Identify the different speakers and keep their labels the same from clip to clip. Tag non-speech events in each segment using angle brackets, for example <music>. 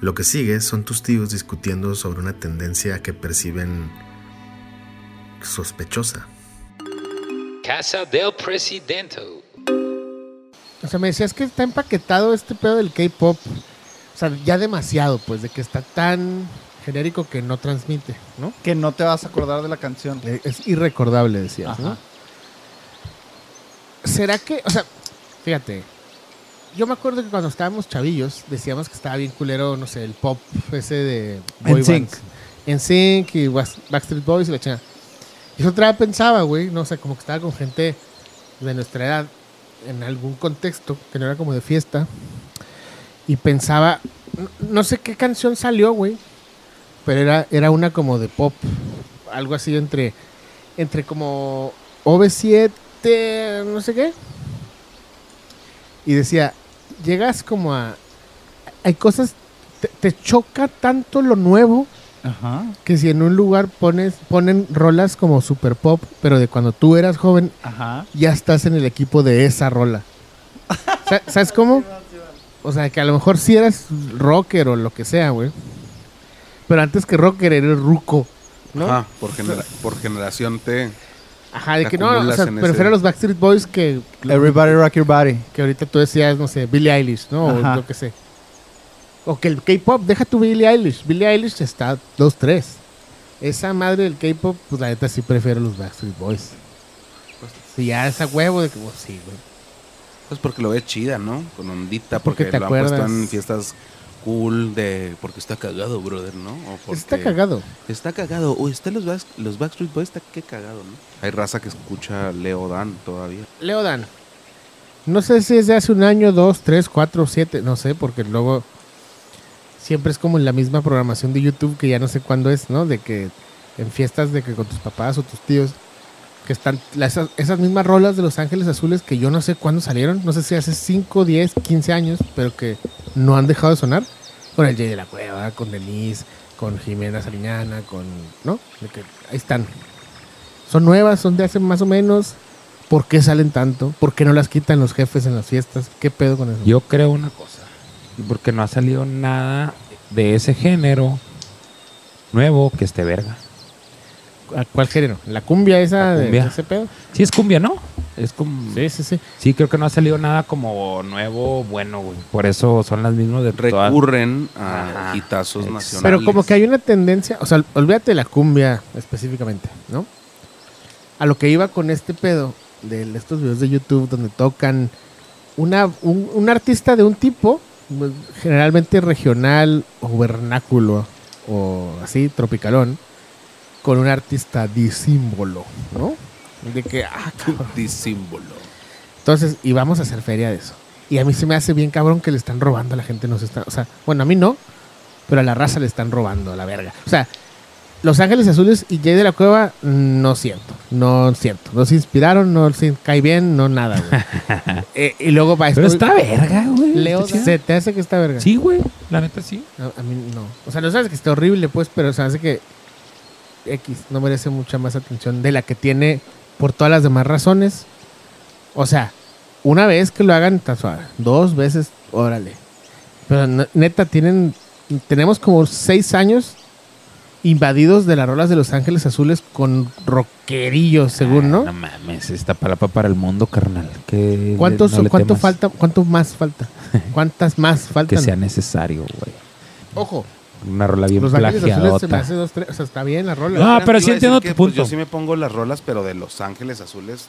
Speaker 1: Lo que sigue son tus tíos discutiendo sobre una tendencia que perciben sospechosa.
Speaker 2: Casa del Presidente.
Speaker 3: O sea, me decías que está empaquetado este pedo del K-pop. O sea, ya demasiado, pues, de que está tan genérico que no transmite, ¿no? E,
Speaker 4: Que no te vas a acordar de la canción.
Speaker 3: Es irrecordable, decías,
Speaker 4: Ajá.
Speaker 3: ¿no? ¿Será que, o sea, fíjate, yo me acuerdo que cuando estábamos chavillos decíamos que estaba bien culero, no sé, el pop ese de
Speaker 4: NSYNC.
Speaker 3: En Sync y Was- Backstreet Boys y la chingada. Y yo otra vez pensaba, güey, no sé, como que estaba con gente de nuestra edad en algún contexto que no era como de fiesta y pensaba, no, no sé qué canción salió, güey, pero era, era una como de pop, algo así entre, entre como OV7, no sé qué. Y decía, llegas como a... Hay cosas, te, te choca tanto lo nuevo
Speaker 4: Ajá.
Speaker 3: que si en un lugar pones, ponen rolas como super pop, pero de cuando tú eras joven,
Speaker 4: Ajá.
Speaker 3: ya estás en el equipo de esa rola. Sa- ¿Sabes cómo? O sea, que a lo mejor si eras rocker o lo que sea, güey. Pero antes que rocker eres ruco, ¿no?
Speaker 5: Ajá, por, genera- por generación T.
Speaker 3: Ajá, de
Speaker 5: Te
Speaker 3: que no, o
Speaker 5: acumulas
Speaker 3: sea,
Speaker 5: en
Speaker 3: prefiero
Speaker 5: ese-
Speaker 3: los Backstreet Boys que,
Speaker 4: Everybody Rock Your Body.
Speaker 3: que ahorita tú decías, no sé, Billie Eilish, ¿no?
Speaker 4: Ajá.
Speaker 3: O lo que sé. O que el K-pop, deja tu Billie Eilish. Billie Eilish está 2-3. Esa madre del K-pop, pues la neta sí prefiero los Backstreet Boys. Si ya esa huevo de que, pues, sí, güey.
Speaker 5: Pues porque lo ves chida, ¿no? Con ondita,
Speaker 3: Porque
Speaker 5: porque,
Speaker 3: te
Speaker 5: lo han
Speaker 3: acuerdas.
Speaker 5: puesto en fiestas cool de... Porque está cagado, brother, ¿no? O porque
Speaker 3: Está cagado.
Speaker 5: Está cagado. O está los, Backs- los Backstreet Boys, está qué cagado, ¿no? Hay raza que escucha Leo Dan todavía.
Speaker 3: Leo Dan. No sé si es de hace un año, dos, tres, cuatro, siete, no sé, porque luego siempre es como en la misma programación de YouTube que ya no sé cuándo es, ¿no? De que en fiestas de que con tus papás o tus tíos que están las- esas, mismas rolas de Los Ángeles Azules que yo no sé cuándo salieron, no sé si hace 5, 10, 15 años, pero que no han dejado de sonar. Con el Jay de la Cueva, con Denise, con Jimena Sariñana, con... ¿No? De que ahí están. Son nuevas, son de hace más o menos. ¿Por qué salen tanto? ¿Por qué no las quitan los jefes en las fiestas? ¿Qué pedo con eso?
Speaker 6: Yo creo una cosa, porque no ha salido nada de ese género nuevo que esté verga.
Speaker 3: ¿A ¿Cuál género? ¿La cumbia esa
Speaker 6: La
Speaker 3: de-
Speaker 6: cumbia.
Speaker 3: de ese pedo?
Speaker 6: Sí, es cumbia, ¿no? Es como... Sí.
Speaker 3: Sí, sí, sí.
Speaker 6: creo que no ha salido nada como nuevo, bueno, güey. Por eso son las mismas de todas.
Speaker 5: Recurren a
Speaker 6: Ajá.
Speaker 5: hitazos
Speaker 6: Pero
Speaker 5: nacionales.
Speaker 3: Pero como que hay una tendencia, o sea, olvídate de la cumbia específicamente, ¿no? A lo que iba con este pedo de estos videos de YouTube donde tocan una, un, un artista de un tipo, pues, generalmente regional o vernáculo o así, tropicalón, con un artista disímbolo, ¿no? De que, ah, cabrón.
Speaker 5: Disímbolo.
Speaker 3: Entonces, y vamos a hacer feria de eso. Y a mí se me hace bien cabrón que le están robando a la gente. Nos está, o sea, bueno, a mí no, pero a la raza le están robando a la verga. O sea, Los Ángeles Azules y Jay de la Cueva, no siento, no siento. No se inspiraron, no se cae bien, no nada,
Speaker 6: <laughs>
Speaker 3: güey. Eh, y luego va
Speaker 6: Pero está verga, güey.
Speaker 3: Leo,
Speaker 6: Está chida.
Speaker 3: se te hace que está verga.
Speaker 6: Sí, güey. La neta sí.
Speaker 3: A, a mí no. O sea, no sabes que está horrible, pues, pero se me hace que X no merece mucha más atención de la que tiene por todas las demás razones. O sea, una vez que lo hagan, está suave. Dos veces, órale. Pero no- neta, tienen. Tenemos como seis años invadidos de las rolas de Los Ángeles Azules con rockerillos, según,
Speaker 6: Ah,
Speaker 3: ¿no?
Speaker 6: No mames, esta palapa para el mundo, carnal. Que
Speaker 3: ¿Cuántos,
Speaker 6: no le
Speaker 3: ¿Cuánto
Speaker 6: temas
Speaker 3: falta? ¿Cuánto más
Speaker 6: <laughs>
Speaker 3: falta? ¿Cuántas más
Speaker 6: Que
Speaker 3: faltan?
Speaker 6: sea necesario, güey.
Speaker 3: Ojo,
Speaker 6: Una rola bien
Speaker 3: Los Ángeles Azules se me
Speaker 6: plagiadota.
Speaker 3: hace dos, tres. O sea, está bien la rola.
Speaker 6: Ah,
Speaker 5: Apenas
Speaker 6: pero
Speaker 5: te
Speaker 6: sí
Speaker 5: iba a decir
Speaker 6: entiendo
Speaker 5: que,
Speaker 6: tu
Speaker 5: pues,
Speaker 6: punto.
Speaker 5: yo sí me pongo las rolas, pero de Los Ángeles Azules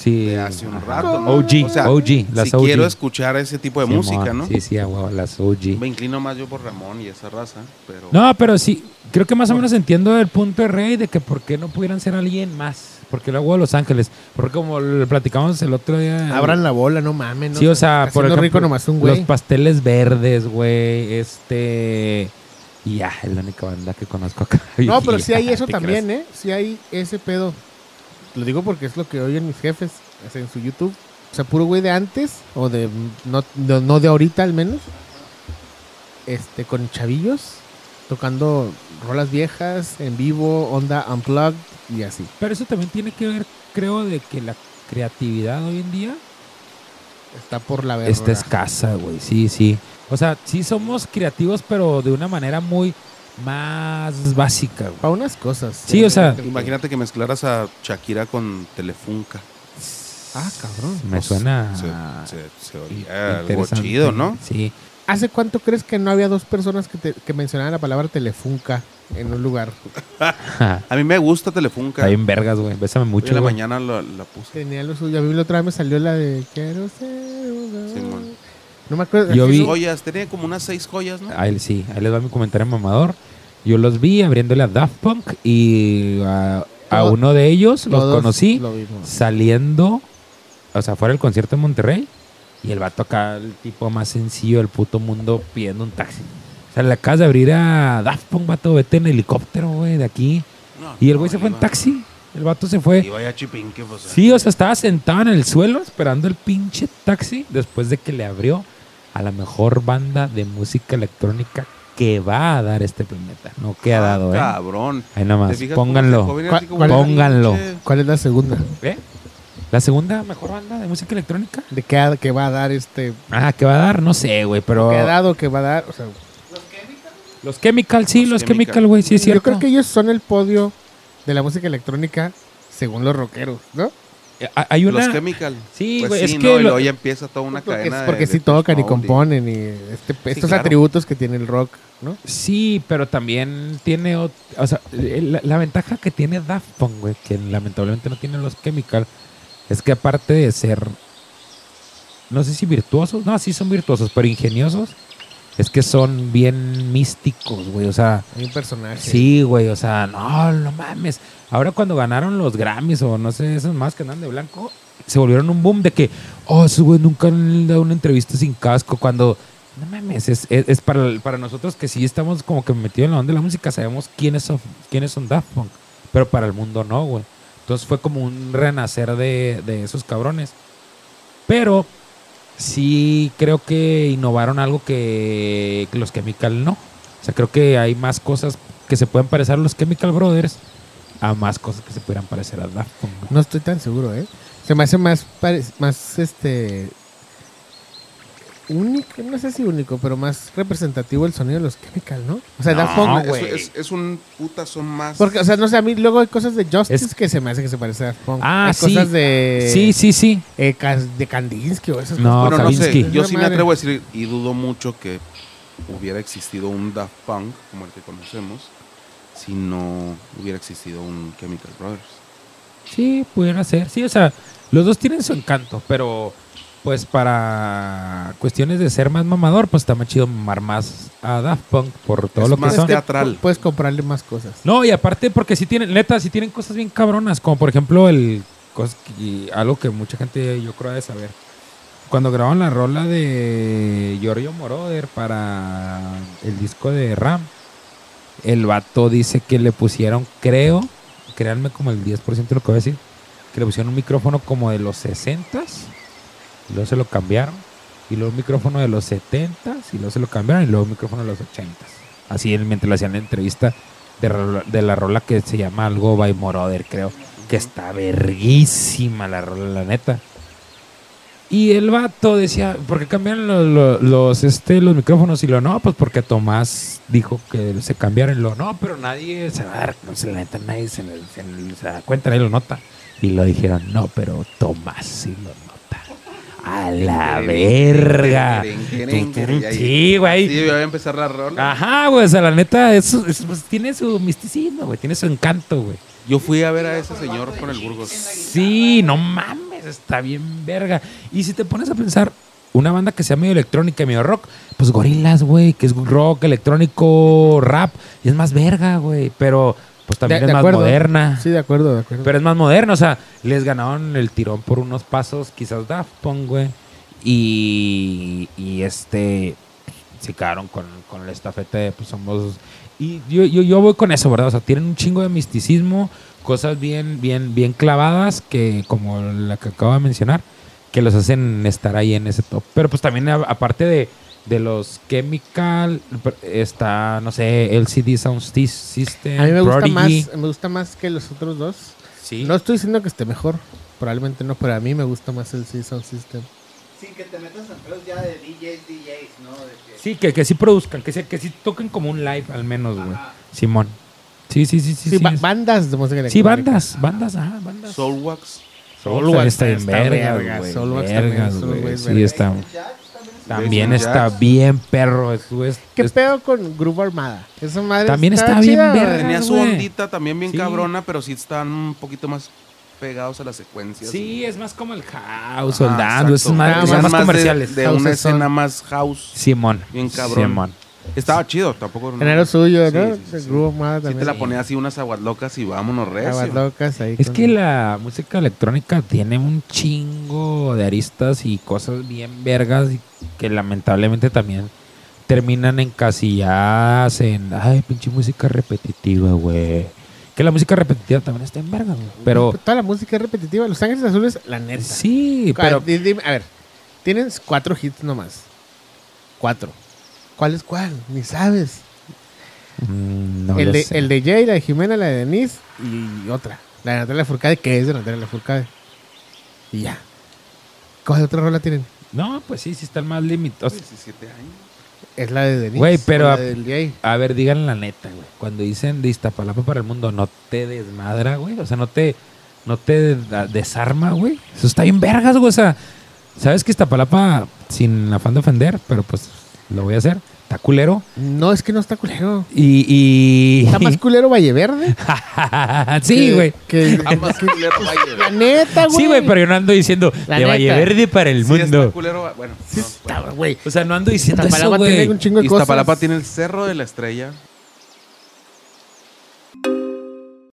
Speaker 6: Sí.
Speaker 5: de hace un
Speaker 6: ajá.
Speaker 5: rato. ¿no?
Speaker 6: OG,
Speaker 5: O sea,
Speaker 6: OG, las
Speaker 5: si
Speaker 6: OG.
Speaker 5: quiero escuchar ese tipo de
Speaker 6: Sí,
Speaker 5: música,
Speaker 6: mo-
Speaker 5: ¿no?
Speaker 6: Sí, sí, a huevo, las OG.
Speaker 5: Me inclino más yo por Ramón y esa raza, pero...
Speaker 6: No, pero sí, creo que más o menos entiendo el punto de Rey de que por qué no pudieran ser alguien más. Porque luego de Los Ángeles. Porque como lo platicamos el otro día.
Speaker 3: Abran la bola, no mamen. ¿no?
Speaker 6: Sí, o sea,
Speaker 3: Está
Speaker 6: por
Speaker 3: haciendo
Speaker 6: ejemplo,
Speaker 3: rico nomás un
Speaker 6: los
Speaker 3: güey.
Speaker 6: pasteles verdes, güey, este... Y ya, es la única banda que conozco acá.
Speaker 3: <laughs> No, pero sí hay
Speaker 6: Te
Speaker 3: eso
Speaker 6: creas.
Speaker 3: también, ¿eh? Sí hay ese pedo. Lo digo porque es lo que oyen mis jefes o sea, en su YouTube. O sea, puro güey de antes o de no, no- no de ahorita al menos. Este, con chavillos tocando rolas viejas en vivo, onda unplugged y así.
Speaker 6: Pero eso también tiene que ver, creo, de que la creatividad hoy en día
Speaker 3: Está por la verga.
Speaker 6: está escasa, güey. Sí, sí. O sea, sí somos creativos, pero de una manera muy más básica, güey.
Speaker 3: Para unas cosas.
Speaker 6: Sí, o sea,
Speaker 5: Imagínate que mezclaras a Shakira con Telefunca.
Speaker 3: Ah, cabrón.
Speaker 6: Me
Speaker 5: Pues,
Speaker 6: suena
Speaker 5: Se, se, se oía algo
Speaker 6: interesante.
Speaker 5: chido, ¿no?
Speaker 6: Sí. <laughs>
Speaker 3: ¿Hace cuánto crees que no había dos personas que, te- que mencionaban la palabra telefunca en un lugar?
Speaker 5: A mí me gusta Telefunca.
Speaker 6: Está bien vergas, güey. Bésame
Speaker 5: Hoy
Speaker 6: mucho.
Speaker 5: en la
Speaker 6: güey.
Speaker 5: mañana la, la puse.
Speaker 3: Tenía lo suyo. A mí la otra vez me salió la de Quiero ser un
Speaker 5: Simón.
Speaker 3: galán". No me acuerdo.
Speaker 6: Yo
Speaker 3: así
Speaker 6: vi-
Speaker 3: no-
Speaker 5: Joyas, tenía como unas seis joyas, ¿no?
Speaker 6: Ahí, sí, ahí les va mi comentario mamador. Yo los vi abriéndole a Daft Punk y a, a
Speaker 3: Todo-
Speaker 6: uno de ellos
Speaker 3: todos
Speaker 6: los conocí
Speaker 3: lo vimos.
Speaker 6: saliendo, o sea, fuera del concierto en Monterrey. Y el vato acá, el tipo más sencillo del puto mundo, pidiendo un taxi. O sea, le acabas de abrir a Daft Punk, vato, vete en helicóptero, güey, de aquí.
Speaker 5: No,
Speaker 6: Y el
Speaker 5: no,
Speaker 6: güey se fue en
Speaker 5: iba-
Speaker 6: taxi. El vato se fue.
Speaker 5: Iba ya chipinque, pues.
Speaker 6: Sí, o sea, estaba sentado en el suelo esperando el pinche taxi después de que le abrió a la mejor banda de música electrónica que va a dar este planeta. No que ha dado, ¿eh?
Speaker 5: Ah, Cabrón.
Speaker 6: Ahí
Speaker 5: ¿Te
Speaker 6: nomás,
Speaker 5: fijas cómo se
Speaker 6: pónganlo.
Speaker 5: joven,
Speaker 3: ¿Cuál-
Speaker 5: así como
Speaker 3: cuál-
Speaker 5: pinche-
Speaker 6: pónganlo.
Speaker 3: ¿Cuál es la segunda?
Speaker 6: ¿Eh? ¿La segunda mejor banda de música electrónica?
Speaker 3: ¿De qué, ha- qué va a dar este?
Speaker 6: Ah, ¿qué va a dar? No sé, güey, pero...
Speaker 3: ¿Qué ha dado? ¿Qué va a dar? O sea,
Speaker 6: Los Chemical, sí,
Speaker 5: Los
Speaker 6: los,
Speaker 5: Chemical.
Speaker 6: Chemical, güey, sí es
Speaker 3: yo
Speaker 6: cierto.
Speaker 3: creo que ellos son el podio de la música electrónica según los rockeros, ¿no?
Speaker 6: Eh, ah, Hay una...
Speaker 5: Los Chemical.
Speaker 6: Sí,
Speaker 5: Pues
Speaker 6: güey,
Speaker 5: sí,
Speaker 6: es
Speaker 5: ¿no?
Speaker 6: que...
Speaker 5: Y
Speaker 6: lo-
Speaker 5: luego ya empieza toda una
Speaker 3: porque
Speaker 5: cadena.
Speaker 3: es
Speaker 5: de-
Speaker 3: porque
Speaker 5: de
Speaker 3: sí tocan y
Speaker 5: Depeche Mode
Speaker 3: componen y este- estos
Speaker 5: claro.
Speaker 3: atributos que tiene el rock, ¿no?
Speaker 6: Sí, pero también tiene, ot- o sea, el- la, la ventaja que tiene Daft Punk, güey, que lamentablemente no tienen los Chemical, es que aparte de ser, no sé si virtuosos, no, sí son virtuosos, pero ingeniosos, es que son bien místicos, güey, o sea,
Speaker 3: Hay un personaje.
Speaker 6: sí, güey, o sea, no, no mames. Ahora cuando ganaron los Grammys o no sé, esos más que andan de blanco, se volvieron un boom de que, oh, esos güey nunca han dado una entrevista sin casco cuando... No mames, es, es- es para, para nosotros que sí estamos como que metidos en la onda de la música, sabemos quiénes son, quiénes son Daft Punk, pero para el mundo no, güey. Entonces fue como un renacer de, de esos cabrones. Pero sí creo que innovaron algo que los Chemical no. O sea, creo que hay más cosas que se pueden parecer a los Chemical Brothers a más cosas que se pudieran parecer a Daft Punk. güey.
Speaker 3: No estoy tan seguro, ¿eh? Se me hace más, pare- más este... Único, no sé si único, pero más representativo el sonido de los Chemical, ¿no? O sea, Daft Punk,
Speaker 5: Es-
Speaker 3: güey.
Speaker 5: Es, es un putazo más.
Speaker 3: Porque, o sea, no sé, a mí luego hay cosas de Justice
Speaker 6: Es-
Speaker 3: que se me hace que se parece a Daft Punk.
Speaker 6: Ah,
Speaker 3: hay
Speaker 6: sí.
Speaker 3: cosas de...
Speaker 6: sí, sí, sí.
Speaker 3: eh, Kas- de Kandinsky o esas
Speaker 6: No,
Speaker 5: bueno, no
Speaker 6: Kavinsky.
Speaker 5: sé. Yo sí me
Speaker 3: Madre.
Speaker 5: atrevo a decir, y dudo mucho que hubiera existido un Daft Punk como el que conocemos si no hubiera existido un Chemical Brothers.
Speaker 6: Sí, pudiera ser. Sí, o sea, los dos tienen su encanto, pero pues para cuestiones de ser más mamador, pues está más chido mamar más a Daft Punk por todo
Speaker 5: Es
Speaker 6: lo que
Speaker 5: más
Speaker 6: son.
Speaker 5: teatral.
Speaker 3: Puedes comprarle más cosas.
Speaker 6: No, y aparte porque si tienen, neta, si tienen cosas bien cabronas, como por ejemplo el cos- y algo que mucha gente yo creo ha de saber. Cuando grabaron la rola de Giorgio Moroder para el disco de Ram, el vato dice que le pusieron, creo, créanme como el 10% de lo que voy a decir, que le pusieron un micrófono como de los 60s, y luego se lo cambiaron, y luego un micrófono de los 70s, y luego se lo cambiaron, y luego un micrófono de los 80s. Así él, mientras le hacían la entrevista de, rola- de la rola que se llama algo by Moroder, creo, que está verguísima la rola, la neta. Y el vato decía, ¿por qué cambiaron lo- lo- los, este, los micrófonos? Y lo no, pues porque Tomás dijo que se cambiaron. Y lo no, pero nadie se va a dar, no se, la neta, nadie se, se- se da cuenta, nadie lo nota. Y lo dijeron, no, pero Tomás sí lo nota. A la verga. Sí, güey.
Speaker 5: Sí, voy a empezar la rola.
Speaker 6: Ajá, güey, o sea, la neta, eso, eso, pues, tiene su misticismo, güey, tiene su encanto, güey.
Speaker 5: Yo fui a ver a ese señor con el Burgos.
Speaker 6: Sí, no mames, está bien verga. Y si te pones a pensar, una banda que sea medio electrónica y medio rock, pues gorilas, güey, que es rock, electrónico, rap, y es más verga, güey, pero pues también
Speaker 3: De-
Speaker 6: es
Speaker 3: de
Speaker 6: más
Speaker 3: acuerdo.
Speaker 6: moderna.
Speaker 3: Sí, de acuerdo, de acuerdo.
Speaker 6: Pero es más moderno, o sea, les ganaron el tirón por unos pasos, quizás Daft Punk, güey. Y, y este, se quedaron con, con la estafeta de, pues somos... Y yo, yo, yo voy con eso, ¿verdad? O sea, tienen un chingo de misticismo, cosas bien, bien, bien clavadas, que como la que acabo de mencionar, que los hacen estar ahí en ese top. Pero pues también, a- aparte de, de los Chemical, está, no sé, LCD Sound Sys- System,
Speaker 3: a mí me gusta
Speaker 6: Prodigy.
Speaker 3: más, me gusta más que los otros dos.
Speaker 6: Sí.
Speaker 3: No estoy diciendo que esté mejor, probablemente no, pero a mí me gusta más el Season System.
Speaker 7: sin que te metas en pedos ya de DJs, DJs, ¿no? De que,
Speaker 6: Sí, que, que sí produzcan, que, se, que sí toquen como un live al menos, güey.
Speaker 7: Ajá.
Speaker 6: Simón. Sí, sí, sí, sí.
Speaker 3: Sí,
Speaker 6: Sí,
Speaker 3: ba- bandas de música
Speaker 6: Sí,
Speaker 3: electrónica.
Speaker 6: bandas, bandas, ajá, bandas.
Speaker 5: Soulwax.
Speaker 3: Soulwax
Speaker 6: está bien
Speaker 3: está
Speaker 6: vergas,
Speaker 3: vergas,
Speaker 6: güey,
Speaker 3: Soulwax también
Speaker 6: vergas,
Speaker 3: es un
Speaker 6: güey,
Speaker 3: güey
Speaker 6: Sí,
Speaker 3: vergas.
Speaker 6: está.
Speaker 7: ya, pues, también es-
Speaker 6: También
Speaker 5: Jason
Speaker 6: está
Speaker 5: Jax.
Speaker 6: bien, perro. Eso es,
Speaker 3: ¿Qué
Speaker 6: es-
Speaker 3: pedo con Groove Armada? Esa madre
Speaker 6: También está bien
Speaker 3: chida, güey.
Speaker 6: verga.
Speaker 5: Tenía su
Speaker 6: güey.
Speaker 5: ondita también bien
Speaker 6: Sí.
Speaker 5: cabrona, pero sí están un poquito más pegados a las secuencias.
Speaker 6: Sí, es más como el house,
Speaker 5: Ajá,
Speaker 6: soldado, es
Speaker 5: Ah, exacto.
Speaker 6: más,
Speaker 3: Nada
Speaker 6: son
Speaker 3: más
Speaker 6: más
Speaker 5: de-
Speaker 6: comerciales.
Speaker 5: De,
Speaker 3: House
Speaker 5: una
Speaker 3: son-
Speaker 5: escena más house.
Speaker 6: Simón.
Speaker 5: Bien cabrón.
Speaker 6: Simón.
Speaker 5: Estaba chido, tampoco. no-
Speaker 3: Era lo suyo,
Speaker 5: Sí,
Speaker 3: ¿no?
Speaker 5: sí, sí, sí.
Speaker 3: Groove Armada
Speaker 5: Sí
Speaker 3: Ah, también.
Speaker 5: te la ponía así unas aguas locas y vámonos
Speaker 3: Aguas
Speaker 5: recio.
Speaker 3: locas ahí
Speaker 6: Es
Speaker 3: con-
Speaker 6: que la música electrónica tiene un chingo de aristas y cosas bien vergas y que lamentablemente también terminan encasilladas en, ay, pinche música repetitiva, güey. Que la música repetitiva también está en verga, güey. Pero
Speaker 3: Toda la música es repetitiva. Los Ángeles Azules, la neta.
Speaker 6: sí,
Speaker 3: Ca-
Speaker 6: pero
Speaker 3: di- dime, a ver, tienes cuatro hits nomás. Cuatro. ¿Cuál es cuál? Ni sabes.
Speaker 6: mm, no
Speaker 3: el,
Speaker 6: lo
Speaker 3: de,
Speaker 6: sé.
Speaker 3: el de Jay, la de Jimena, la de Denise y otra. La de Natalia Furcade, que es de Natalia Furcade. Y ya. ¿Cuál otra rola tienen?
Speaker 6: No, pues sí, sí están más limitados.
Speaker 5: 17 años.
Speaker 3: Es la de Denise.
Speaker 6: Güey, pero
Speaker 3: o
Speaker 6: a-
Speaker 3: La del Jay.
Speaker 6: A ver, digan la neta, güey. Cuando dicen de Iztapalapa para el mundo, ¿no te desmadra, güey? O sea, ¿no te, no te da- desarma, güey? Eso está bien vergas, güey. O sea, ¿sabes que Iztapalapa, sin afán de ofender, pero pues lo voy a hacer, está culero.
Speaker 3: No, es que no está culero.
Speaker 6: Y... y...
Speaker 3: Está
Speaker 6: <laughs>
Speaker 3: más culero Valle Verde.
Speaker 6: sí,
Speaker 3: que-
Speaker 6: güey.
Speaker 3: que- <laughs>
Speaker 5: más culero Valle
Speaker 3: La neta, güey.
Speaker 6: Sí, güey, pero yo no ando diciendo
Speaker 3: La
Speaker 6: de
Speaker 3: neta.
Speaker 6: Valle Verde para el
Speaker 5: Sí, está
Speaker 6: mundo.
Speaker 5: culero, bueno.
Speaker 3: Sí,
Speaker 5: no,
Speaker 3: está, güey.
Speaker 6: O sea, no ando diciendo eso,
Speaker 3: Iztapalapa tiene
Speaker 6: güey.
Speaker 3: un chingo de cosas.
Speaker 5: Iztapalapa tiene el Cerro de la Estrella,